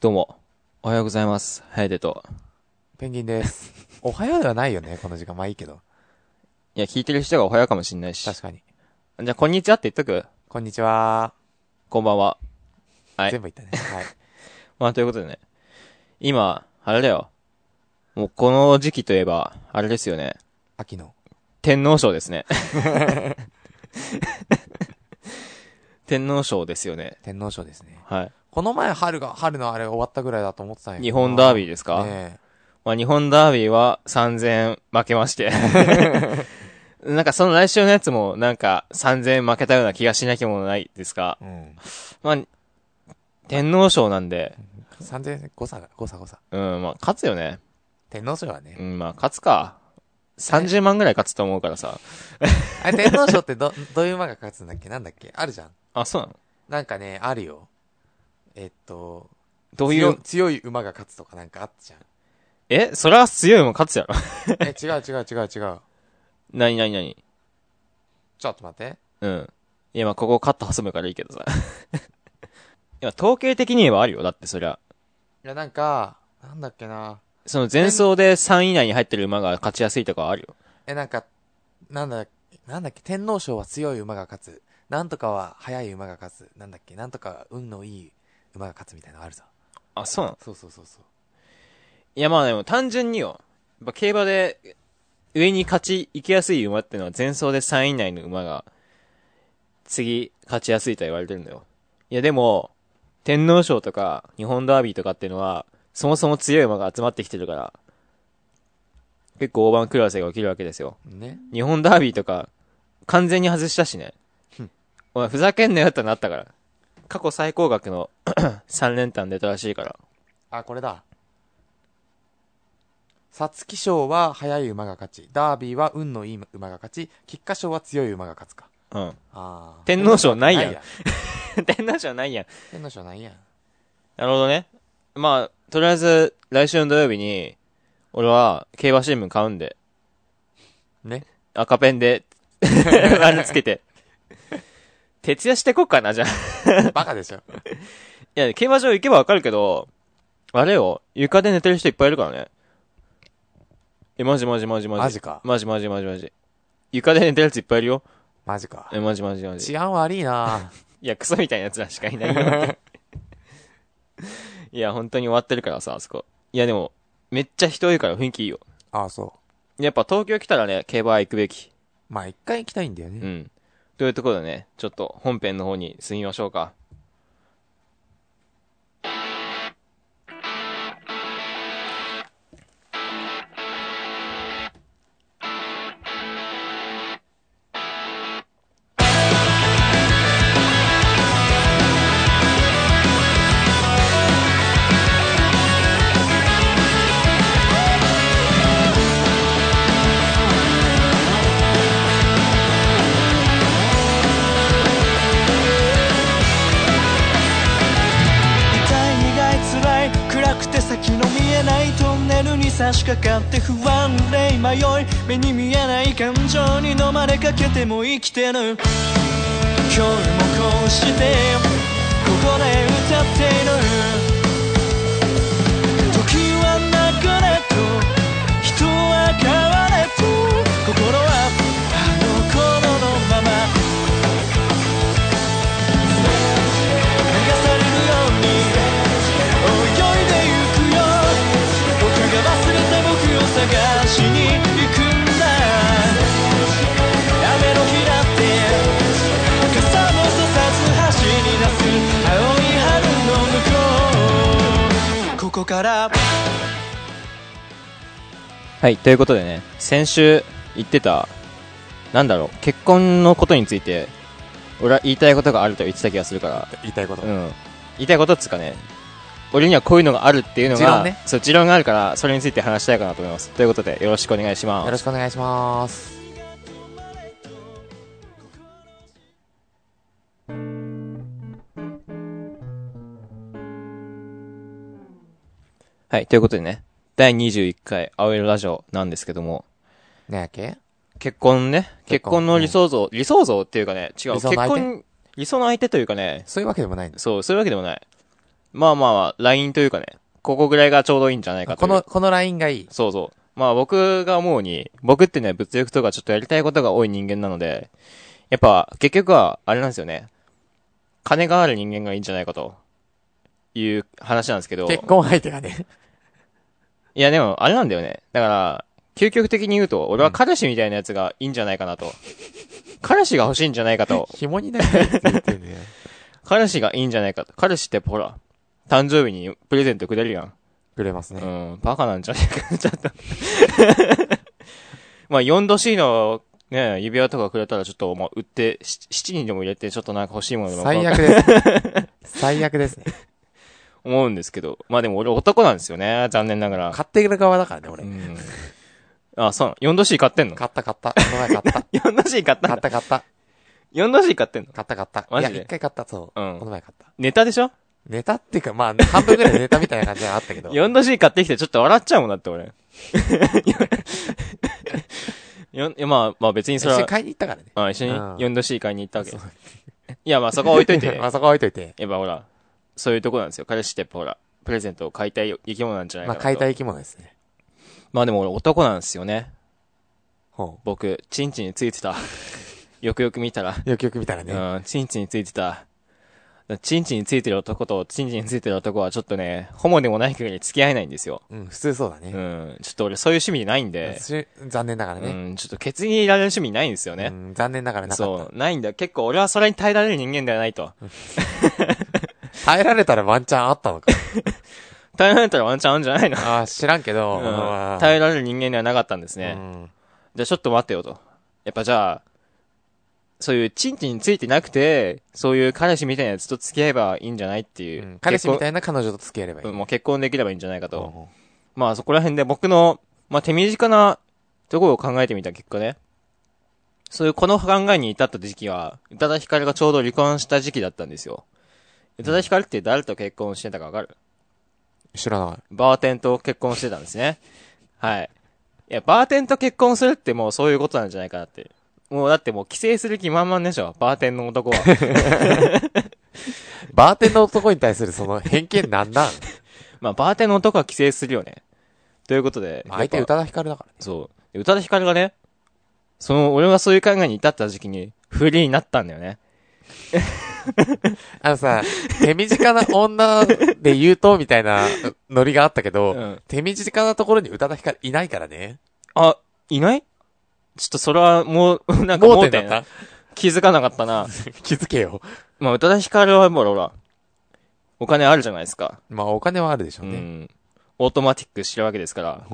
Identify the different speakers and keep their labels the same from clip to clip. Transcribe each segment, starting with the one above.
Speaker 1: どうも、おはようございます。デと。
Speaker 2: ペンギ ンです。おはようではないよね、この時間。まあいいけど。
Speaker 1: いや、聞いてる人がおはようかもしんないし。
Speaker 2: 確かに。
Speaker 1: じゃあ、こんにちはって言っとく
Speaker 2: こんにちは。
Speaker 1: こんばんは。はい
Speaker 2: 全部言ったね。はい。
Speaker 1: まあ、ということでね。今、あれだよ。もう、この時期といえば、あれですよね。
Speaker 2: 秋の。
Speaker 1: 天皇賞 ですね。天皇賞ですよね。
Speaker 2: 天皇賞ですね。
Speaker 1: は
Speaker 2: この前春が、春のあれ終わったぐらいだと思ってたんや
Speaker 1: い。日本ダービ
Speaker 2: ー
Speaker 1: ーですか、
Speaker 2: ね
Speaker 1: まあ、日本ダービーは3000負けま して。なんかその来週のやつもなんか3000負けたような気がしなきゃもないですが、
Speaker 2: え。うん。
Speaker 1: まあ、天皇賞なんで、
Speaker 2: 3000円、誤差が、誤差誤差。
Speaker 1: うん、まあ勝つよね。
Speaker 2: 天皇賞はね
Speaker 1: う。ん、まあ勝つか。30万ぐらい勝つと思うからさ。
Speaker 2: あれ、天皇賞ってど、 どういう馬が勝つんだっけなんだっけあるじゃん。
Speaker 1: あ、そうなの
Speaker 2: なんかね、あるよ。えっと、
Speaker 1: どういう
Speaker 2: 強、強い馬が勝つとかなんかあったじゃん。
Speaker 1: えそれは強いもん勝つやろ。
Speaker 2: え、違う違う違う違う。
Speaker 1: なになになに
Speaker 2: ちょっと待って。
Speaker 1: うん。いや、まあここカット挟むからいいけどさ。 いや、統計的に言えばあるよ。だってそりゃ。
Speaker 2: いや、なんか、なんだっけな。
Speaker 1: その前走で3位以内に入ってる馬が勝ちやすいとかはあるよ。
Speaker 2: え、なんか、なんだ、なんだっけ、天皇賞は強い馬が勝つ。なんとかは速い馬が勝つ。なんだっけ、なんとかは運のいい馬が勝つみたいなのあるさ。
Speaker 1: あ、そうなの
Speaker 2: そうそうそうそう。
Speaker 1: いやまあでも単純によ。やっぱ競馬で上に勝ち行きやすい馬ってのは前走で3位以内の馬が次勝ちやすいとは言われてるんだよ。いやでも、天皇賞とか日本ダービーとかっていうのはそもそも強い馬が集まってきてるから結構大盤狂わせが起きるわけですよ。
Speaker 2: ね。
Speaker 1: 日本ダービーとか完全に外したしね。 お前ふざけんなよってなったから。過去最高額の 3連単出たらしいから。
Speaker 2: あ、これだ。皐月賞は速い馬が勝ち。ダービーは運のいい馬が勝ち。菊花賞は強い馬が勝つか。
Speaker 1: うん。
Speaker 2: あー
Speaker 1: 天皇賞ないやん
Speaker 2: 天皇
Speaker 1: 天皇
Speaker 2: 賞
Speaker 1: 賞ないやん。
Speaker 2: 天皇賞ないやん。
Speaker 1: なるほどね。まあ、とりあえず、来週の土曜日に、俺は、競馬新聞買うんで、
Speaker 2: ね。
Speaker 1: 赤ペンで、 あれつけて。徹夜してこっかな、じゃあ。い
Speaker 2: バカでしょ。
Speaker 1: や、競馬場行けばわかるけど、あれよ、床で寝てる人いっぱいいるからね。え、マジマジマジマジ。
Speaker 2: マジか。
Speaker 1: マジマジマジマジ。床で寝てるやついっぱいいるよ。
Speaker 2: マジか。
Speaker 1: え、マジマジマジ。
Speaker 2: 治安悪い ない
Speaker 1: や、クソみたいなやつらしかいない よ。いや、本当に終わってるからさ、あそこ。いや、でも、めっちゃ人多いから雰囲気いいよ。
Speaker 2: ああ、そ
Speaker 1: やっぱ東京来たらね、競馬は行くべき。
Speaker 2: う。まあ、一回行きたいんだよ
Speaker 1: う
Speaker 2: ね。
Speaker 1: ん。というところでね、ちょっと本編の方に進みましょうか。
Speaker 3: 痛い苦い辛い暗くて先の見えないトンネルに差し掛かって不安で迷い目に見えない感情に飲まれかけても生きてる今日もこうしてここで歌っている時は流れと人は変われと心はあの頃のまま流されるように泳いでゆくよ僕らは忘れた僕を探しに行くんだ雨の日だって傘もささず走り出す青い春の向こうここから
Speaker 1: はい、ということでね、先週言ってた、なんだろう、結婚のことについて、俺は言いたいことがあると言ってた気がするから、
Speaker 2: 言いたいこと
Speaker 1: う。ん。言いたいことっつうかね、俺にはこういうのがあるっていうの
Speaker 2: 持
Speaker 1: が、
Speaker 2: 論ね
Speaker 1: そう、持論があるから、それについて話したいかなと思います。ということで、よろしくお願いします。
Speaker 2: よろしくお願いします。
Speaker 1: はい、ということでね、第21回、青色ラジオなんですけども、
Speaker 2: ねえ、け
Speaker 1: 結婚ね、結
Speaker 2: 結婚
Speaker 1: 婚の理想像、理想像っていうかね、違う、
Speaker 2: 理
Speaker 1: 結
Speaker 2: 想の相手
Speaker 1: 婚、理想の相手というかね、
Speaker 2: そういうわけでもないんです。
Speaker 1: そう、そういうわけでもない。まあまあまあ、ラインというかね、ここぐらいがちょうどいいんじゃないかとい
Speaker 2: こ
Speaker 1: う。
Speaker 2: の、このラインがいい。
Speaker 1: そうそう。まあ僕が思うに、僕ってね、物欲とかちょっとやりたいことが多い人間なので、やっぱ結局は、あれなんですよね。金がある人間がいいんじゃないかと、いう話なんですけど。
Speaker 2: 結婚相手がね。
Speaker 1: いやでも、あれなんだよね。だから、究極的に言うと、俺は彼氏みたいなやつがいいんじゃないかなと。彼氏が欲しいんじゃないかと。
Speaker 2: 紐になりたいって言ってんだよ。
Speaker 1: 彼氏がいいんじゃないかと。彼氏ってほら、誕生日にプレゼントくれるやん。
Speaker 2: くれますね。
Speaker 1: うん、バカなんじゃねえか、ちょっと。 まあ、4度 C の、ね、指輪とかくれたらちょっと、まあ、売って、し7人でも入れて、ちょっとなんか欲しいものでも
Speaker 2: 最悪ですね。最悪ですね。
Speaker 1: 思うんですけど。まあでも俺男なんですよね、残念ながら。
Speaker 2: 買ってる側だからね、俺
Speaker 1: う。ん。あ、そうなの。4度 C 買ってんの
Speaker 2: 買った買った。この前買 った。
Speaker 1: ?4 度 C 買った
Speaker 2: 買
Speaker 1: ん
Speaker 2: っ
Speaker 1: だ。
Speaker 2: た買った。
Speaker 1: 4度 C 買ってんの
Speaker 2: 買った買った。
Speaker 1: マジ
Speaker 2: い
Speaker 1: で
Speaker 2: や、一回買った、そう。
Speaker 1: うん
Speaker 2: この前買った。
Speaker 1: ネタでしょ
Speaker 2: ネタっていうか、まあ、半分ぐらいネタみたいな感じがあった けど。
Speaker 1: 4度 C 買ってきてちょっと笑っちゃうもんだって俺。 よんい やまあ、まあ別にそれ
Speaker 2: 一緒に
Speaker 1: は、
Speaker 2: 買いに行ったからね。
Speaker 1: あ一緒に
Speaker 2: うん
Speaker 1: 4度 C 買いに行ったわけ。いやまあそこは置いといて、
Speaker 2: まあ、そこは置いといて。
Speaker 1: やっぱほら、そういうとこなんですよ。彼氏ってやっぱほら、プレゼントを買いたい生き物なんじゃない
Speaker 2: ま
Speaker 1: か
Speaker 2: あ、
Speaker 1: なと。
Speaker 2: 買いたい生き物ですね。
Speaker 1: まあでも俺男なんですよね。
Speaker 2: ほ
Speaker 1: 僕、チンチンについてた。 よくよく見たら。
Speaker 2: う。よくよく見たらね。
Speaker 1: うん、チンチンについてた。チンチンについてる男と、チンチンについてる男はちょっとね、ホモでもない限り付き合えないんですよ。
Speaker 2: うん、普通そうだ
Speaker 1: う
Speaker 2: ね。
Speaker 1: ん、ちょっと俺そういう趣味ないんで、
Speaker 2: し残念ながら
Speaker 1: う
Speaker 2: ね。
Speaker 1: ん、ちょっとケツにいられる趣味ないんですよ
Speaker 2: う
Speaker 1: ね。
Speaker 2: ん、残念ながらなかっ
Speaker 1: そう、ないんだ。結構俺はそれに耐えられる人間ではないと。
Speaker 2: た。耐えられたらワンチャンあったのか。
Speaker 1: 耐えられたらワンチャンあるんじゃないの、
Speaker 2: ああ、知らんけど。
Speaker 1: う
Speaker 2: まあ
Speaker 1: ん、耐えられる人間ではなかったんですね。
Speaker 2: うん
Speaker 1: じゃあちょっと待ってよと。やっぱじゃあ、そういうチンチンについてなくて、そういう彼氏みたいなやつと付き合えばいいんじゃないっていうう。
Speaker 2: ん彼氏みた
Speaker 1: い
Speaker 2: いな彼女と付き合えればいい。
Speaker 1: もう結婚できればいいんじゃないかと。
Speaker 2: うん
Speaker 1: まあそこら辺で僕の、まあ手短なところを考えてみた結果ね。そういうこの考えに至った時期は、宇多田ヒカルがちょうど離婚した時期だったんですよ。宇多田ヒカルって誰と結婚してたかわかる
Speaker 2: 知らない。
Speaker 1: バーテンと結婚してたんですね。はい。いや、バーテンと結婚するってもうそういうことなんじゃないかなって。もうだってもう帰省する気満々でしょ、バーテンの男 は。
Speaker 2: バーテンの男に対するその偏見なん なん
Speaker 1: まあ、バーテンの男は帰省するよね。ということで。
Speaker 2: まあ相手
Speaker 1: やっぱ
Speaker 2: 歌田ヒカルだからね。
Speaker 1: そう。宇多田ヒカルがね、その、俺がそういう考えに至った時期に、フリーになったんだよね。
Speaker 2: あのさ、手短な女で言うと、みたいなノリがあったけど、
Speaker 1: うん
Speaker 2: 手短なところに宇多田ヒカルいないからね。
Speaker 1: あ、いないちょっとそれはもう、 なんか
Speaker 2: 盲
Speaker 1: 盲
Speaker 2: 点
Speaker 1: 点
Speaker 2: だった
Speaker 1: な気づかなかったな。
Speaker 2: 気づけよ。
Speaker 1: まあ、宇多田ヒカルはほらほら、お金あるじゃないですか。
Speaker 2: まあお金はあるでしょ
Speaker 1: う
Speaker 2: うね。
Speaker 1: ん。オートマティックしてるわけですから。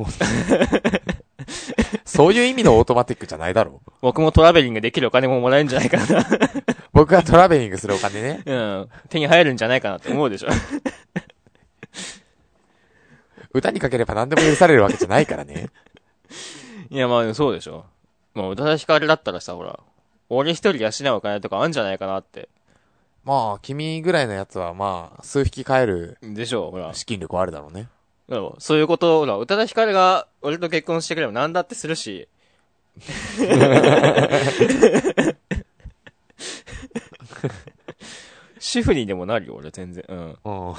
Speaker 2: そういう意味のオートマティックじゃないだろう。
Speaker 1: 僕もトラベリングできるお金ももらえるんじゃないか な。
Speaker 2: 僕がトラベリングするお金ね。
Speaker 1: うん。手に入るんじゃないかなって思うでしょ。
Speaker 2: 歌にかければ何でも許されるわけじゃないからね。
Speaker 1: いや、まあ、そうでしょ。まあ、宇多田ヒカルだったらさ、ほら、俺一人養うお金とかあるんじゃないかなって。
Speaker 2: まあ、君ぐらいのやつはまあ、数匹飼える
Speaker 1: でしょ、ほら。
Speaker 2: 資金力はあるだろうね。
Speaker 1: だろそういうことを、ほら、宇多田ヒカルが俺と結婚してくれば何だってするし。主婦にでもなるよ、俺、全然。うん。
Speaker 2: うん。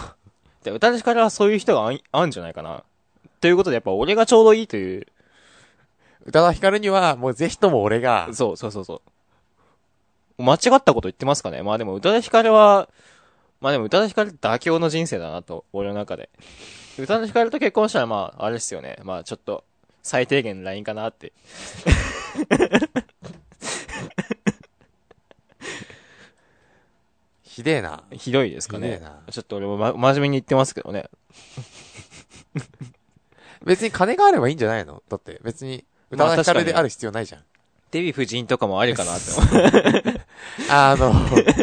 Speaker 1: で、宇多田ヒカルはそういう人があんあんじゃないかな。ということで、やっぱ俺がちょうどいいという。
Speaker 2: 宇多田ヒカルにはもうぜひとも俺が、
Speaker 1: そうそうそうそう。間違ったこと言ってますかねまあでも、宇多田ヒカルは、まあでも、宇多田ヒカルって妥協の人生だなと、俺の中で。宇多田ヒカルと結婚したら、まあ、あれですよね。まあ、ちょっと、最低限のラインかなって。
Speaker 2: ひでえな。
Speaker 1: ひどいですか
Speaker 2: ひど
Speaker 1: ね
Speaker 2: いな。
Speaker 1: ちょっと俺も、ま、真面目に言ってますけどね。
Speaker 2: 別に金があればいいんじゃないのだって別に、宇多田ヒカルである必要ないじゃん。
Speaker 1: デヴィ夫人とかもありかなって。
Speaker 2: あの、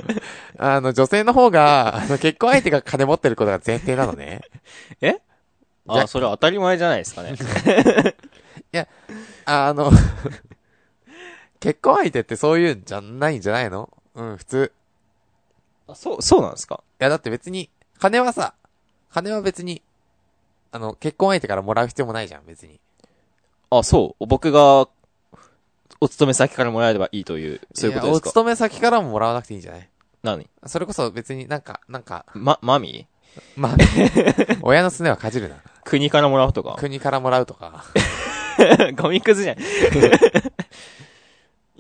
Speaker 2: あの、女性の方が、あの、結婚相手が金持ってることが前提なのね。
Speaker 1: え
Speaker 2: じ ゃ
Speaker 1: あ、それは当たり前じゃないですか ね。
Speaker 2: あの、 結婚相手ってそういうんじゃないんじゃないのうん、普通。
Speaker 1: あそう、そうなんですか
Speaker 2: いや、だって別に、金はさ、金は別に、あの、結婚相手からもらう必要もないじゃん、別に。
Speaker 1: あ、そう。僕が、お勤め先からもらえればいいという、そういうこと
Speaker 2: や
Speaker 1: です
Speaker 2: お
Speaker 1: か
Speaker 2: 勤め先からももらわなくていいんじゃない
Speaker 1: 何
Speaker 2: それこそ別になんか、なんか、
Speaker 1: ま、マミー
Speaker 2: まあ、 親のすねはかじ るな。
Speaker 1: 国からもらうとか。
Speaker 2: 国からもらうとか。
Speaker 1: ゴミくずじゃん。い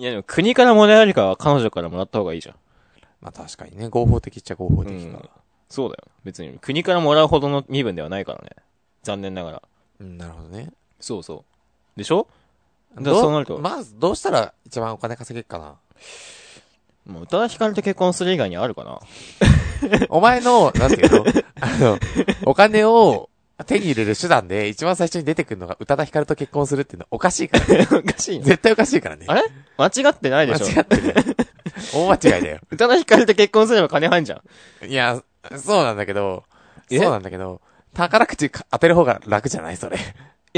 Speaker 1: やでも国からもらえるよりかは彼女からもらった方がいいじゃん。
Speaker 2: まあ確かにね、合法的っちゃ合法的か
Speaker 1: うんそうだよ。別に国からもらうほどの身分ではないからね。残念ながら。
Speaker 2: うん、なるほどね。
Speaker 1: そうそう。でしょだから
Speaker 2: ど
Speaker 1: そうなると
Speaker 2: まず、どうしたら一番お金稼げるかな。
Speaker 1: もう宇多田ヒカルと結婚する以外にあるかな
Speaker 2: お前の、 なんていうのあの、お金を手に入れる手段で一番最初に出てくるのが宇多田ヒカルと結婚するっていうのはおかしいからね。
Speaker 1: おかしいね。
Speaker 2: 絶対おかしいからね。
Speaker 1: あれ間違ってないで
Speaker 2: 間
Speaker 1: しょ
Speaker 2: 違ってるよ。大間違いだよ。
Speaker 1: 宇多田ヒカルと結婚すれば金入んじゃん。
Speaker 2: いや、そうなんだけど、そ
Speaker 1: え
Speaker 2: うなんだけど、宝くじか当てる方が楽じゃないそれ。
Speaker 1: い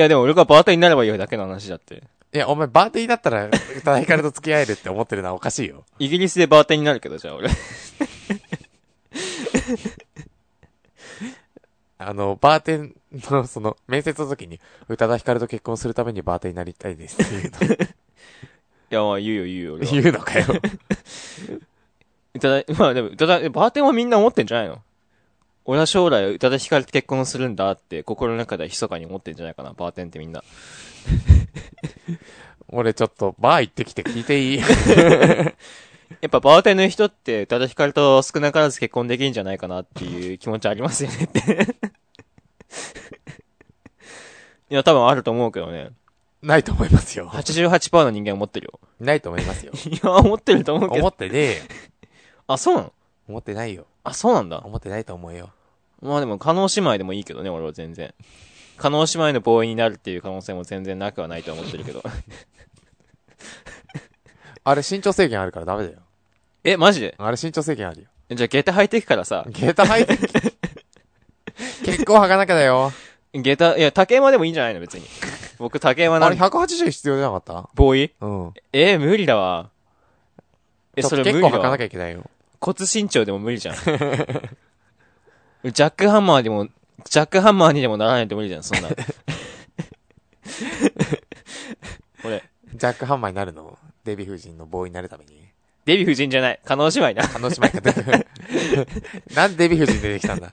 Speaker 1: やでも俺がバーターになればいいだけの話だって。
Speaker 2: いや、お前バーティーだったら、宇多田ヒカルと付き合えるって思ってるのはお かしいよ。
Speaker 1: イギリスでバーターになるけどじゃあ俺。
Speaker 2: あの、バーテンの、その、面接の時に、宇多田ヒカルと結婚するためにバーテンになりたいですっていうの
Speaker 1: いやまあ言うよ言うよ 俺は。
Speaker 2: 言うのかよ。
Speaker 1: 宇多田、 まあでも宇多田、バーテンはみんな思ってんじゃないの俺は将来宇多田ヒカルと結婚するんだって心の中で密かに思ってんじゃないかな、バーテンってみんな。
Speaker 2: 俺ちょっと、バー行ってきて聞いていい
Speaker 1: やっぱバーテンの人って宇多田ヒカルと少なからず結婚できるんじゃないかなっていう気持ちありますよねって。 いや多分あると思うけどね。
Speaker 2: ないと思いますよ。
Speaker 1: 88%の人間は持ってるよ。
Speaker 2: ないと思いますよ。
Speaker 1: いや、思ってると思うけ
Speaker 2: 思
Speaker 1: ど。
Speaker 2: ってねえよ。
Speaker 1: あ、そうなの
Speaker 2: 思ってないよ。
Speaker 1: あ、そうなんだ。
Speaker 2: 思ってないと思うよ。
Speaker 1: まあでも、加納姉妹でもいいけどね、俺は全然。加納姉妹のボーイになるっていう可能性も全然なくはないと思ってるけど。
Speaker 2: あれ身長制限あるからダメだよ。
Speaker 1: え、マジで
Speaker 2: あれ身長制限あるよ。
Speaker 1: じゃあ、下駄履いてくからさ。
Speaker 2: ゲータ入ってき て。結構履かなきゃだよ。
Speaker 1: 下駄、いや、竹馬でもいいんじゃないの、別 に。僕、竹馬な
Speaker 2: あ
Speaker 1: ん
Speaker 2: れ
Speaker 1: で。
Speaker 2: 180必要じゃなかっ
Speaker 1: ボーイ
Speaker 2: たうん。
Speaker 1: えー、無理だわ。え、
Speaker 2: ちょっ
Speaker 1: それ
Speaker 2: と
Speaker 1: 無
Speaker 2: 結
Speaker 1: 理だ
Speaker 2: 構履かな
Speaker 1: わ
Speaker 2: きゃ。いけないよ。
Speaker 1: 骨身長でも無理じゃん。ジャックハンマーでも、ジャックハンマーにでもならないと無理じゃん、そん な。俺、
Speaker 2: ジャックハンマーになるのデヴィ夫人のボーイになるために。
Speaker 1: デヴィ夫人じゃない。加納姉妹な。
Speaker 2: 楽しまい方。なんでデヴィ夫人出てきたんだ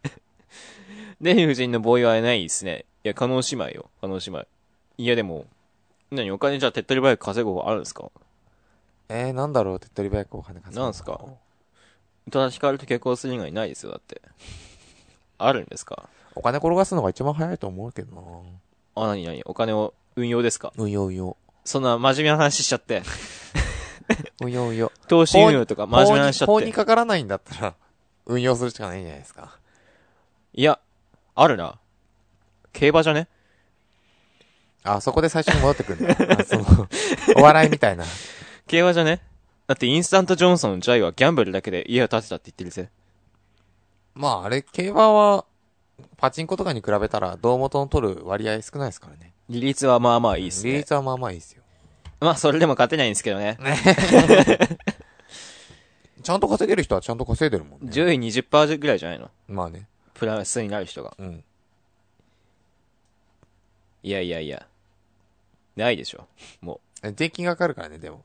Speaker 1: デヴィ夫人のボーイはないですね。いや、加納姉妹よ。加納姉妹。いや、でも、何お金じゃあ手っ取り早く稼ぐ方法あるんですか
Speaker 2: えー、なんだろう手っ取り早くお金稼ぐ。
Speaker 1: なんすか宇多田ヒカルと結婚する以外ないですよ、だって。 あるんですか
Speaker 2: お金転がすのが一番早いと思うけどな
Speaker 1: あ、何何お金を運用ですか
Speaker 2: 運用運用。
Speaker 1: そんな真面目な話しちゃ って。
Speaker 2: 運用運用。
Speaker 1: 投資運用とか真面目な話しちゃ
Speaker 2: 法
Speaker 1: っ
Speaker 2: に
Speaker 1: て。
Speaker 2: かからないんだったら、運用するしかないんじゃないですか。
Speaker 1: いや、あるな。競馬じゃね
Speaker 2: あ、そこで最初に戻ってくるんだ。あその、お笑いみたいな。
Speaker 1: 競馬じゃねだってインスタントジョンソンのジャイはギャンブルだけで家を建てたって言ってるぜ。
Speaker 2: まあ、あれ、競馬は、パチンコとかに比べたら、胴元の取る割合少ないですからね。
Speaker 1: 利率はまあまあいいっすね。
Speaker 2: 利率はまあまあいいですよ。
Speaker 1: まあそれでも勝てないんですけどね。
Speaker 2: ちゃんと稼げる人はちゃんと稼いでるもんね。
Speaker 1: 上位20%ぐらいじゃないの
Speaker 2: まあね。
Speaker 1: プラスになる人が。
Speaker 2: うん。
Speaker 1: いやいやいや。ないでしょ。も
Speaker 2: 税金がかかるからね、でも。
Speaker 1: う。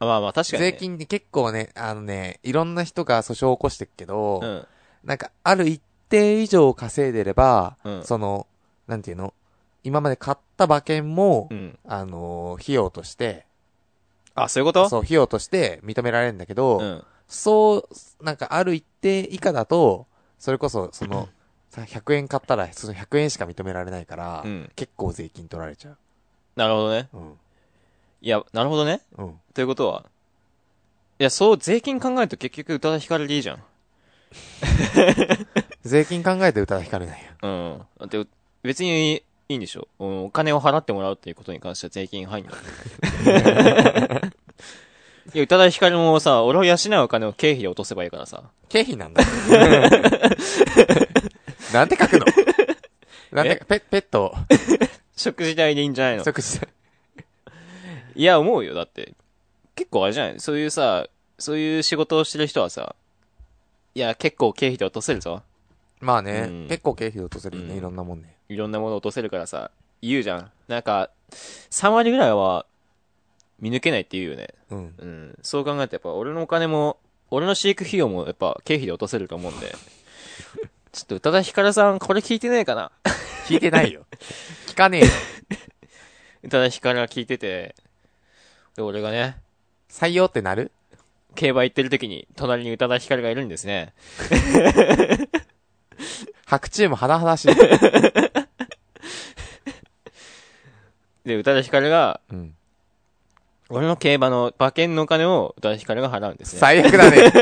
Speaker 1: あまあまあ確かに、ね。
Speaker 2: 税金って結構ね、あのね、いろんな人が訴訟を起こしてるけど、
Speaker 1: うん。
Speaker 2: なんか、ある一定以上稼いでれば、
Speaker 1: うん
Speaker 2: その、なんていうの今まで買った馬券も、
Speaker 1: うん。
Speaker 2: あのー費用として、
Speaker 1: あ、そういうこと
Speaker 2: そう、費用として認められるんだけど、
Speaker 1: うん。
Speaker 2: そう、なんかある一定以下だと、それこそ、その、さ100円買ったら、その100円しか認められないから、
Speaker 1: うん
Speaker 2: 結構税金取られちゃ
Speaker 1: なるほどね。
Speaker 2: う。うん。
Speaker 1: いや、なるほどね。
Speaker 2: うん。
Speaker 1: ということは。いや、そう、税金考えると結局宇多田ヒカルでいいじゃん。
Speaker 2: 税金考えて歌が引かれない
Speaker 1: う
Speaker 2: よ。
Speaker 1: ん。だって、別にいいんでしょ。うんお金を払ってもらうっていうことに関しては税金入んない。いや、宇多田ヒカルもさ、俺を養うお金を経費で落とせばいいからさ。
Speaker 2: 経費なんだ。 なんて書くのなんて、ペペット、
Speaker 1: 食事代でいいんじゃないの
Speaker 2: 即時
Speaker 1: いや、思うよ。だって、結構あれじゃないそういうさ、そういう仕事をしてる人はさ、いや、結構経費で落とせるぞ。
Speaker 2: まあね、
Speaker 1: うん
Speaker 2: 結構経費落とせるよね、
Speaker 1: うん
Speaker 2: いろんなもんね。
Speaker 1: いろんなもの落とせるからさ、言うじゃん。なんか、3割ぐらいは、見抜けないって言うよね。
Speaker 2: うん。
Speaker 1: うん。そう考えてやっぱ、俺のお金も、俺の飼育費用もやっぱ経費で落とせると思うんで。 ちょっと宇多田ヒカルさん、これ聞いてねえかな
Speaker 2: 聞いてないよ。聞かねえよ。
Speaker 1: 宇多田ヒカルが聞いてて、で、俺がね、
Speaker 2: 採用ってなる
Speaker 1: 競馬行ってる時に、隣に宇多田ヒカルがいるんですね。
Speaker 2: 白昼も華々しい。
Speaker 1: で、宇多田ヒカルが、
Speaker 2: うん。
Speaker 1: 俺の競馬の馬券のお金を宇多田ヒカルが払うんですね。
Speaker 2: 最悪だね。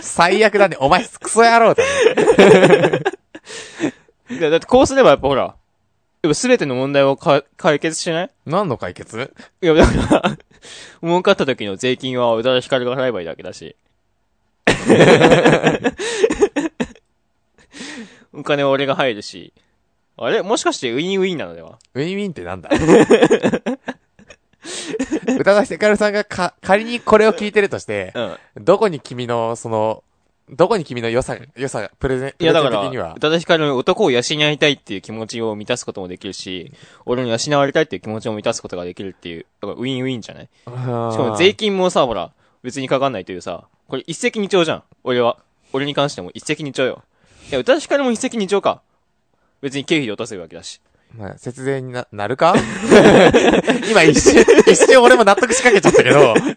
Speaker 2: 最悪だね。お前、クソ野郎だ、ね。
Speaker 1: でだってこうすればやっぱほら、やっぱ全ての問題をか解決しない
Speaker 2: 何の解決
Speaker 1: いや、だ から、儲かった時の税金は宇多田ヒカルが払えばいいだけだし。 お金は俺が入るし。あれもしかしてウィンウィンなのでは
Speaker 2: ウィンウィンってなんだ宇多田ヒカルさんがか、仮にこれを聞いてるとして、
Speaker 1: うん。
Speaker 2: どこに君の、その、どこに君の良さ、良さが、プレゼン、プ
Speaker 1: い
Speaker 2: レゼ
Speaker 1: や、
Speaker 2: ン
Speaker 1: だ
Speaker 2: 的
Speaker 1: から、
Speaker 2: には
Speaker 1: 宇。多田ヒカルの男を養いたいっていう気持ちを満たすこともできるし、俺に養われたいっていう気持ちを満たすことができるっていう、だからウィンウィンじゃない
Speaker 2: しか
Speaker 1: しかも税金もさ、ほら、別にかかんないというさ、これ一石二鳥じゃん。俺は。俺に関しても一石二鳥よ。いや、宇多田ヒカルも一石二鳥か。別に経費で落とせるわけだし。
Speaker 2: まあ、節税にな、なる か今一瞬、 一瞬俺も納得しかけちゃった けど、違う、違う、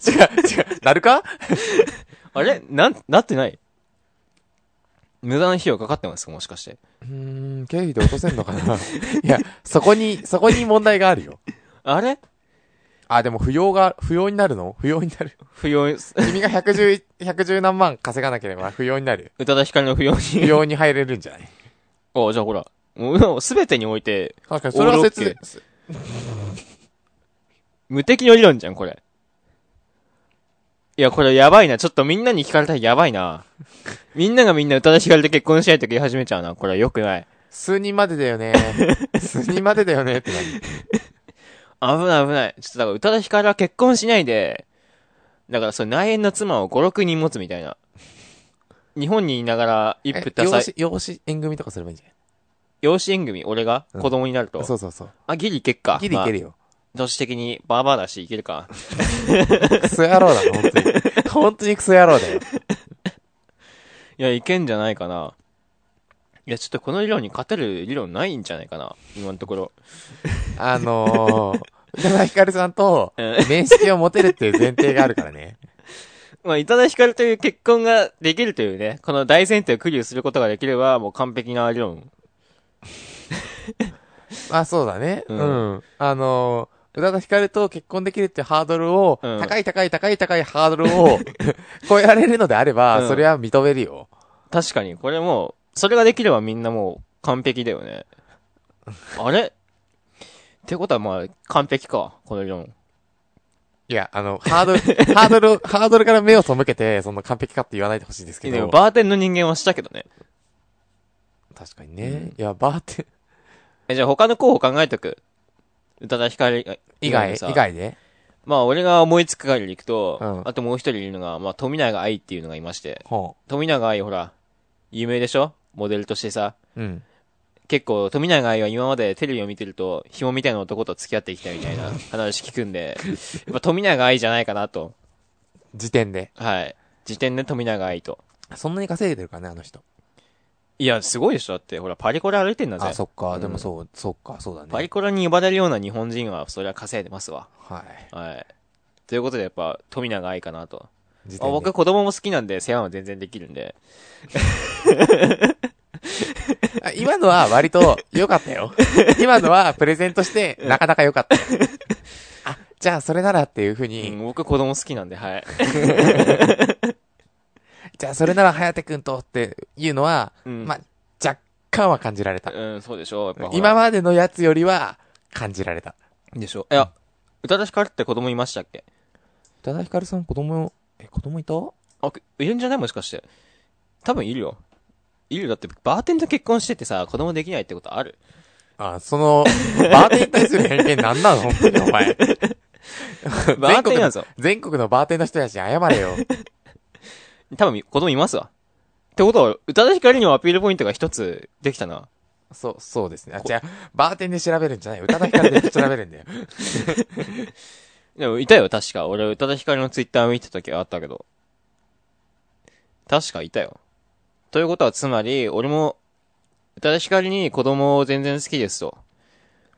Speaker 2: なるか
Speaker 1: あれなん、なってない無駄な費用かかってますかもしかして。
Speaker 2: うーん、経費で落とせんのか ないや、そこに、そこに問題があるよ。
Speaker 1: あれ
Speaker 2: あ、でも不要が、不要になるの不要になる。
Speaker 1: 不要、宇
Speaker 2: 君が110、110何万稼がなければ不要になる。
Speaker 1: 多田ヒカルの不要
Speaker 2: 不
Speaker 1: に。
Speaker 2: 要に入れるんじゃない
Speaker 1: あ、じゃあほら。もう、すべてにおいて、
Speaker 2: 確かに、それは節
Speaker 1: オール
Speaker 2: 税
Speaker 1: オ。無敵の理論じゃん、これ。いや、これやばいな。ちょっとみんなに聞かれたらやばいな。みんながみんな宇多田ヒカルと結婚しないと言い始めちゃうな。これは良くない。
Speaker 2: 数人までだよね。 数人までだよねって何
Speaker 1: 危ない危ない。ちょっとだから宇多田ヒカルは結婚しないで、だからその内縁の妻を5、6人持つみたいな。日本にいながら一夫
Speaker 2: え
Speaker 1: 多
Speaker 2: 養
Speaker 1: 妻。
Speaker 2: 子、養子縁組とかすればいいんじゃ
Speaker 1: 養子縁組、俺が
Speaker 2: うん
Speaker 1: 子供になると。
Speaker 2: ないそうそうそう。
Speaker 1: あ、ギリいけっか。
Speaker 2: ギリいける
Speaker 1: ま
Speaker 2: よ。
Speaker 1: あ女子的にバーバーだし、いけるか。
Speaker 2: クソ野郎だ、本当に。 本当にクソ野郎だよ。
Speaker 1: いや、いけんじゃないかな。いや、ちょっとこの理論に勝てる理論ないんじゃないかな。今のところ。
Speaker 2: あのー、宇多田ヒカルさんと
Speaker 1: うん
Speaker 2: 面識を持てるっていう前提があるからね。
Speaker 1: まあ、宇多田ヒカルという結婚ができるというね、この大前提をクリアすることができれば、もう完璧な理論。
Speaker 2: まあそうだね。
Speaker 1: う
Speaker 2: うんん。あのー、宇多田ヒカルと結婚できるってハードルを、
Speaker 1: うん
Speaker 2: 高い高い高い高いハードル を超えられるのであれば、
Speaker 1: うん
Speaker 2: それは認めるよ。
Speaker 1: 確かに、これもう、それができればみんなもう完璧だよ ね。あれってことはまあ、完璧か、この理論。
Speaker 2: いや、あの、ハードル、ハードル、ハードルから目を背けて、その完璧かって言わないでほしいんですけ
Speaker 1: でも
Speaker 2: ど。
Speaker 1: バーテンの人間はしたけどね。
Speaker 2: 確かにね。いや、バーテン、
Speaker 1: え、じゃあ他の候補考えとく。宇多田ヒカル
Speaker 2: 以外、以
Speaker 1: さ
Speaker 2: 外ね。
Speaker 1: まあ俺が思いつく限りいくと、
Speaker 2: うん
Speaker 1: あともう一人いるのが、まあ富永愛っていうのがいまして。
Speaker 2: ほ
Speaker 1: 富永愛ほら、有名でしょモデルとしてさ。
Speaker 2: う。うん。
Speaker 1: 結構富永愛は今までテレビを見てると、紐みたいな男と付き合ってきたみたいな話聞くんで、やっぱ富永愛じゃないかなと。
Speaker 2: 時点で。
Speaker 1: はい。時点で富永愛と。
Speaker 2: そんなに稼いでるかね、あの人。
Speaker 1: いや、すごいでしょだって、ほら、パリコレ歩いてんだぜ。
Speaker 2: あ、そっか。
Speaker 1: うん
Speaker 2: でもそう、そっか、そうだね。
Speaker 1: パリコレに呼ばれるような日本人は、それは稼いでますわ。
Speaker 2: はい。
Speaker 1: はい。ということで、やっぱ、富永愛かなと。
Speaker 2: 時
Speaker 1: あ
Speaker 2: 点で
Speaker 1: 僕、子供も好きなんで、世話も全然できるんで。
Speaker 2: あ今のは割と良かった よ。今のはプレゼントしてなかなか良かったよ。 あ、じゃあそれならっていうふう
Speaker 1: う
Speaker 2: に、
Speaker 1: ん、僕、子供好きなんで、 はい。
Speaker 2: じゃあそれなら颯くんとっていうのは、
Speaker 1: うん
Speaker 2: まあ、若干は感じられた。
Speaker 1: うん、そうでしょやっぱほら。
Speaker 2: 今までのやつよりは感じられた。
Speaker 1: でしょいや、宇多田ヒカルって子供いましたっけ
Speaker 2: 宇多田ヒカルさん子供、え、子供いた
Speaker 1: あ、くいるんじゃないもしかして。多分いるよ。いるよ。だって、バーテンと結婚しててさ、子供できないってことあ る
Speaker 2: あ、その、バーテンに対する偏見なんなの本当にお前。
Speaker 1: バーテンやぞ。
Speaker 2: 全国のバーテンの人たちに謝れよ。
Speaker 1: 多分、子供いますわ。ってことは、宇多田ヒカルにもアピールポイントが一つできたな。
Speaker 2: そう、そうですね。あ、違う。バーテンで調べるんじゃない。宇多田ヒカルで調べるんだよ。
Speaker 1: でも、いたよ、確か。俺、宇多田ヒカルのツイッター見てた時あったけど。確かいたよ。ということは、つまり、俺も、ただしかりに子供を全然好きですと。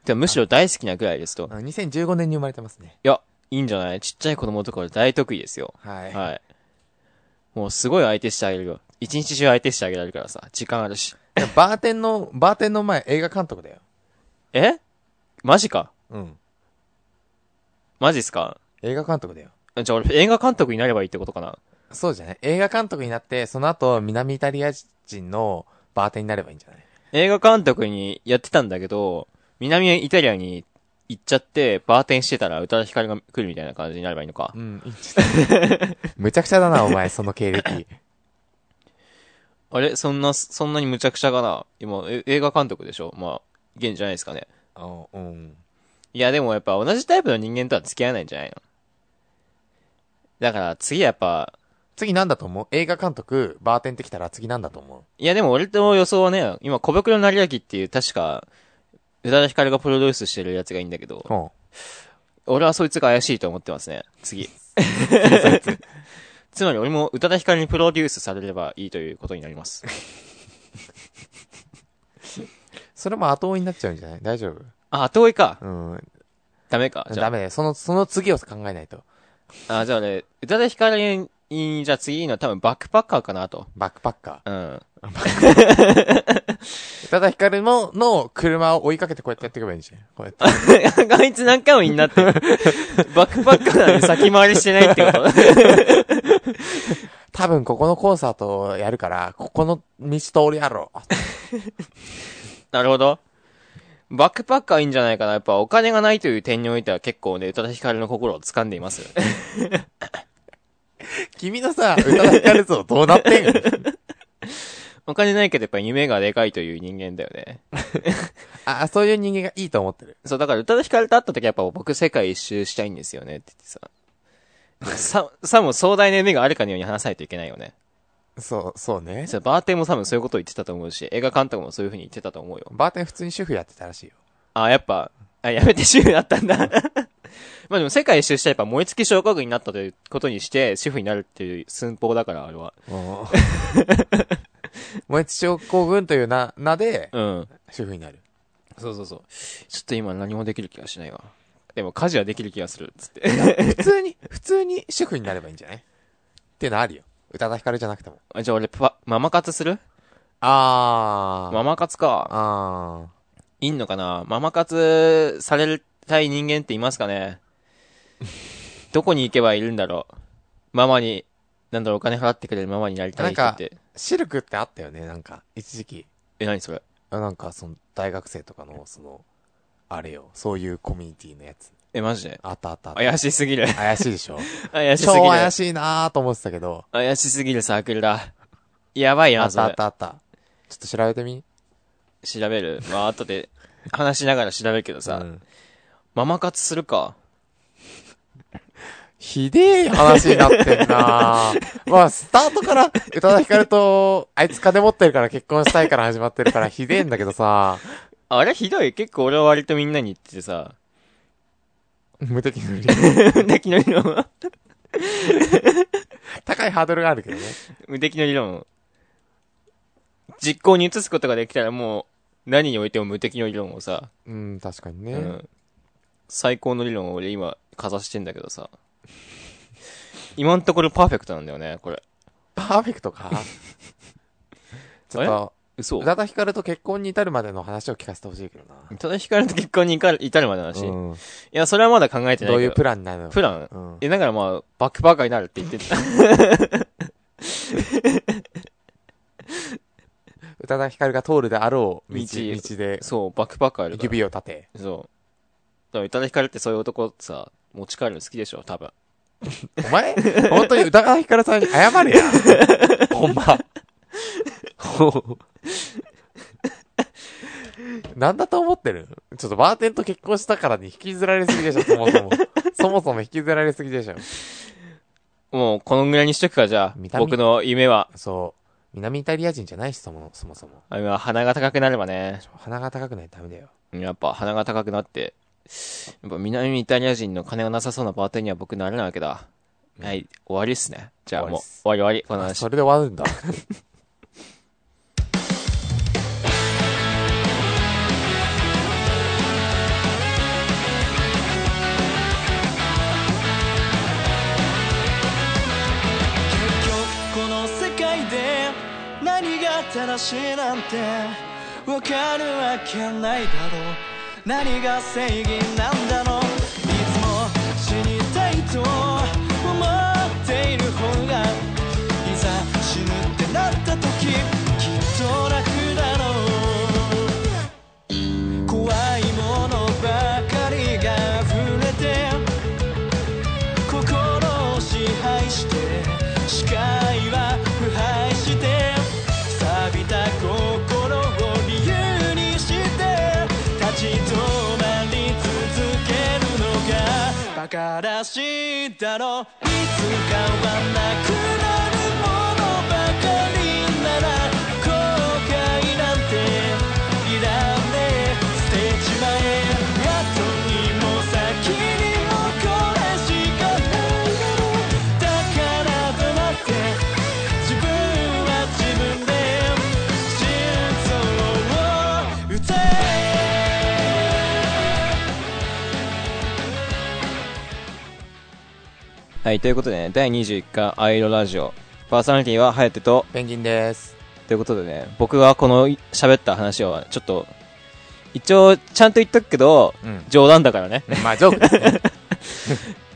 Speaker 1: でむしろ大好きなぐらいですと。
Speaker 2: あ2015年に生まれてますね。
Speaker 1: いや、いいんじゃないちっちゃい子供とか大得意ですよ。
Speaker 2: はい。
Speaker 1: はい。もうすごい相手してあげるよ。一日中相手してあげられるからさ、時間あるし。
Speaker 2: バーテンの、バーテンの前、映画監督だよ。
Speaker 1: えマジか
Speaker 2: うん。
Speaker 1: マジっすか
Speaker 2: 映画監督だよ。
Speaker 1: じゃあ俺映画監督になればいいってことかな
Speaker 2: そうじゃない映画監督になって、その後、南イタリア人のバーテンになればいいんじゃない
Speaker 1: 映画監督にやってたんだけど、南イタリアに行っちゃって、バーテンしてたら宇多田ヒカルが来るみたいな感じになればいいのか
Speaker 2: う。ん、いいんじゃ ないむちゃくちゃだな、お前、その経歴。
Speaker 1: あれそんな、そんなに無茶苦茶かな今、え映画監督でしょまあ、いけんじゃないですかね。
Speaker 2: あうん。
Speaker 1: いや、でもやっぱ同じタイプの人間とは付き合わないんじゃないのだから次やっぱ、
Speaker 2: 次なんだと思う映画監督、バーテンってきたら次なんだと思
Speaker 1: いやでも俺と予想はね、今小袋成明っていう確か、宇多田ヒカルがプロデュースしてるやつがいいんだけど
Speaker 2: う、うん。
Speaker 1: 俺はそいつが怪しいと思ってますね。次。つまり俺も宇多田ヒカルにプロデュースされればいいということになります。
Speaker 2: それも後追いになっちゃうんじゃない大丈夫
Speaker 1: あ、後追いか。
Speaker 2: うん。
Speaker 1: ダメか。じゃ
Speaker 2: ダメだよ。その、その次を考えないと。
Speaker 1: あ、あじゃあ俺、宇多田ヒカルに、じゃあ次の多分バックパッカーかなと。
Speaker 2: バックパッカ
Speaker 1: うん。
Speaker 2: ー。ただヒカルの、の車を追いかけてこうやってやっていけばいいんじゃん。こうやって。
Speaker 1: あいつ何回もいんな ってる。バックパッカーなのに先回りしてないってこと。
Speaker 2: 多分ここのコンサートをやるから、ここの道通りやろ。
Speaker 1: なるほど。バックパッカーいいんじゃないかな。やっぱお金がないという点においては結構ね、宇多田ヒカルの心を掴んでいます。
Speaker 2: 君のさ、宇多田ヒカル像どうなってん の
Speaker 1: お金ないけどやっぱり夢がでかいという人間だよね。
Speaker 2: あ、そういう人間がいいと思ってる。
Speaker 1: そう、だから宇多田ヒカルと会った時はやっぱ僕世界一周したいんですよねって言ってさ。さ、さも壮大な夢があるかのように話さないといけないよね。
Speaker 2: そう、そうね。
Speaker 1: そうバーテンも多分そういうことを言ってたと思うし、映画監督もそういう風に言ってたと思うよ。
Speaker 2: バーテン普通に主婦やってたらしいよ。
Speaker 1: あ、やっぱ、あ、やめて主婦になったんだ。 まあでも世界一周してやっぱ燃え尽き症候群になったということにして、主婦になるっていう寸法だから、あれは。
Speaker 2: 燃えち症候群という名、名で、
Speaker 1: うん。
Speaker 2: 主婦になる。
Speaker 1: そうそうそう。ちょっと今何もできる気がしないわ。でも家事はできる気がする、つって。
Speaker 2: 普通に、普通に主婦になればいいんじゃないっていうのあるよ。宇多田ヒカルじゃなくても。
Speaker 1: あじゃあ俺パ、ママ活する
Speaker 2: あー。
Speaker 1: ママ活か。
Speaker 2: あ
Speaker 1: いいのかなママ活されたい人間っていますかね どこに行けばいるんだろうママに、なんだろう、お金払ってくれるママになりたい人って。
Speaker 2: ー。シルクってあったよね、なんか、一時期。
Speaker 1: え、何それ
Speaker 2: あなんか、その、大学生とかの、その、あれよ、そういうコミュニティのやつ。
Speaker 1: え、マジで
Speaker 2: あったあったあった。
Speaker 1: 怪しす ぎる。
Speaker 2: 怪しいでしょ
Speaker 1: 怪しす
Speaker 2: 超
Speaker 1: ぎる。
Speaker 2: 怪しいなーと思ってたけど。
Speaker 1: 怪しすぎるサークルだ。やばい
Speaker 2: あ
Speaker 1: な、
Speaker 2: っ
Speaker 1: そ
Speaker 2: たあっ
Speaker 1: れ。
Speaker 2: たあった。ちょっと調べてみ
Speaker 1: 調べる。まあ、後で、話しながら調べるけどさ、
Speaker 2: うん
Speaker 1: ママ活するか。
Speaker 2: ひでえ話になって んなまあ、スタートから、宇多田ヒカルと、あいつ金持ってるから結婚したいから始まってるからひでえんだけどさ、
Speaker 1: あれひどい。結構俺は割とみんなに言っててさ、
Speaker 2: 無敵の理
Speaker 1: 無敵の理論
Speaker 2: 高いハードルがあるけどね。
Speaker 1: 無敵の理論。実行に移すことができたらもう、何においても無敵の理論をさ、
Speaker 2: うん、確かにね。
Speaker 1: うん、最高の理論を俺今、かざしてんだけどさ。今のところパーフェクトなんだよね、これ。
Speaker 2: パーフェ クトかちょっと、
Speaker 1: 嘘
Speaker 2: 宇。多田ヒカルと結婚に至るまでの話を聞かせてほしいけどな。
Speaker 1: ただ光の結婚に至る至るまでの話。い
Speaker 2: うん
Speaker 1: や、それはまだ考えてないけど。
Speaker 2: どういうプランになるの
Speaker 1: プラン
Speaker 2: うん
Speaker 1: え、だからまあ、バックパーカーになるって言って た。
Speaker 2: 宇多田ヒカルが通るであろう道、
Speaker 1: 道
Speaker 2: 道で、
Speaker 1: そう、バックパーカーやるから。
Speaker 2: 指を立て。
Speaker 1: そう。だから、宇多田ヒカルってそういう男さ、持ち帰るの好きでしょ、多分。
Speaker 2: お前、本当に宇多田ヒカルさんに謝 れや。ほんま。 なんだと思ってるちょっとバーテンと結婚したからに引きずられすぎでしょ、そもそも。そもそも引きずられすぎでしょ。
Speaker 1: もう、このぐらいにしとくか、じゃ
Speaker 2: 見
Speaker 1: あ。
Speaker 2: た目
Speaker 1: 僕の夢は。
Speaker 2: そう。南イタリア人じゃないし、そもそも。そも
Speaker 1: あ今、鼻が高くなればね。
Speaker 2: 鼻が高くないとダメだよ。
Speaker 1: やっぱ、鼻が高くなって。やっぱ、南イタリア人の金がなさそうなバーテンには僕なれないわけだ。はい、終わりっすね。じゃあもう、 終わり終わり、この
Speaker 2: あ
Speaker 1: 話
Speaker 2: そ。れで終わるんだ。
Speaker 3: たらしいなんてわかるわけないだろう何が正義なんだろういつも死にたいと思っている方がいざ死ぬってなった時きっと楽だろう怖いものばかりが溢れて心を支配して視界は腐敗して錆びた心を理由にして立ち止まり続けるのが馬鹿らしいだろういつかはなくなるものばかりなら後悔なんていらねえ捨てちまえ後にも先にもこれしかないだろうだからとなって自分は自分で心臓を打て
Speaker 1: はい、ということでね、第21回アイドルラジオ。パーソナリティはハヤテと、
Speaker 2: ペンギンです。
Speaker 1: ということでね、僕はこの喋った話を、ちょっと、一応、ちゃんと言っとくけど、
Speaker 2: うん。
Speaker 1: 冗談だからね。
Speaker 2: まあ、ジョークですね。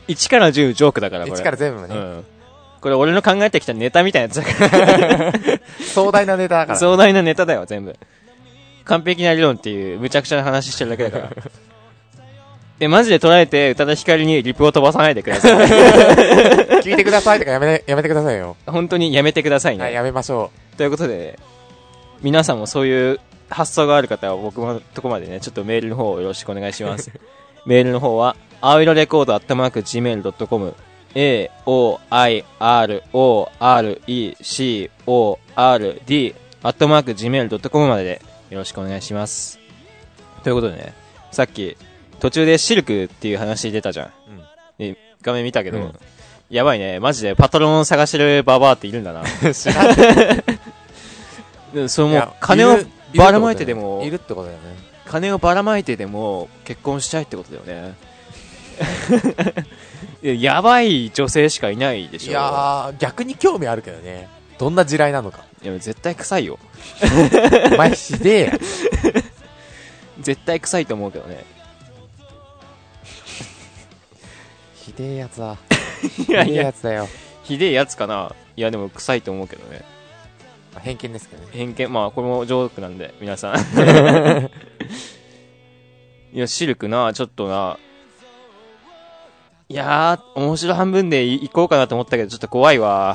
Speaker 1: 1から10ジョークだ から、これ。
Speaker 2: 一から全部
Speaker 1: う
Speaker 2: ね。
Speaker 1: ん。これ俺の考えてきたネタみたいなやつだか。
Speaker 2: 壮大なネタだからら。
Speaker 1: 壮大なネタだよ、全部。完璧な理論っていう、むちゃくちゃな話してるだけだから。で、マジで捉えて、宇多田ヒカルにリプを飛ばさないでください。
Speaker 2: 聞いてくださいとかやめ、 やめてくださいよ。
Speaker 1: 本当にやめてくださいね。
Speaker 2: はい、やめましょ
Speaker 1: ということで、皆さんもそういう発想がある方は僕のとこまでね、ちょっとメールの方をよろしくお願いします。メールの方は、青色レコードアットマーク Gmail.com、a, o, i, r, o, r, e, c, o, r, d アットマーク Gmail.com まででよろしくお願いします。ということでね、さっき途中でシルクっていう話出たじゃん。で画面見たけど、
Speaker 2: うん
Speaker 1: やばいね、マジでパトロン探してるババアっているん だな。
Speaker 2: う。知らん
Speaker 1: でそれ
Speaker 2: い
Speaker 1: もう
Speaker 2: や
Speaker 1: 金を
Speaker 2: いる
Speaker 1: ばらまいてでも
Speaker 2: いるってことだよね。
Speaker 1: 金をばらまいてでも結婚したいってことだよ ねいややばい女性しかいないでしょ
Speaker 2: いやー、逆に興味あるけどね。どんな地雷なのか。
Speaker 1: いや絶対臭いよ
Speaker 2: お前ひでえや。
Speaker 1: 絶対臭いと思うけどね
Speaker 2: ひでえやつだ。
Speaker 1: いや
Speaker 2: ひ
Speaker 1: い
Speaker 2: でえ
Speaker 1: や
Speaker 2: やつだよ。
Speaker 1: ひでえやつかないやでも臭いと思うけどね
Speaker 2: まあ偏見ですけどね。
Speaker 1: 偏見まあこれもジョークなんで皆さんいやシルクなちょっとないやー面白半分でい行こうかなと思ったけどちょっと怖いわ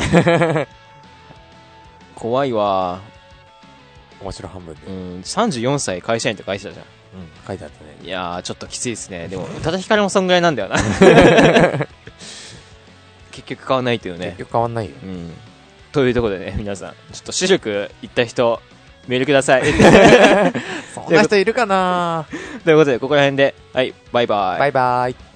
Speaker 1: 怖いわ
Speaker 2: 面白半分で。
Speaker 1: う
Speaker 2: うん、
Speaker 1: ん34歳会社員って書いてたじゃん
Speaker 2: 書いてあったね。
Speaker 1: いやーちょっときついですねでも宇多田ヒカルもそんぐらいなんだよな結局買わないというね
Speaker 2: 結局変わんないよ。
Speaker 1: うんというところでね皆さんちょっとシルク行った人メールください
Speaker 2: そんな人いるかな
Speaker 1: ということで、ここら辺で、はい、バイバイ。
Speaker 2: バイバイ。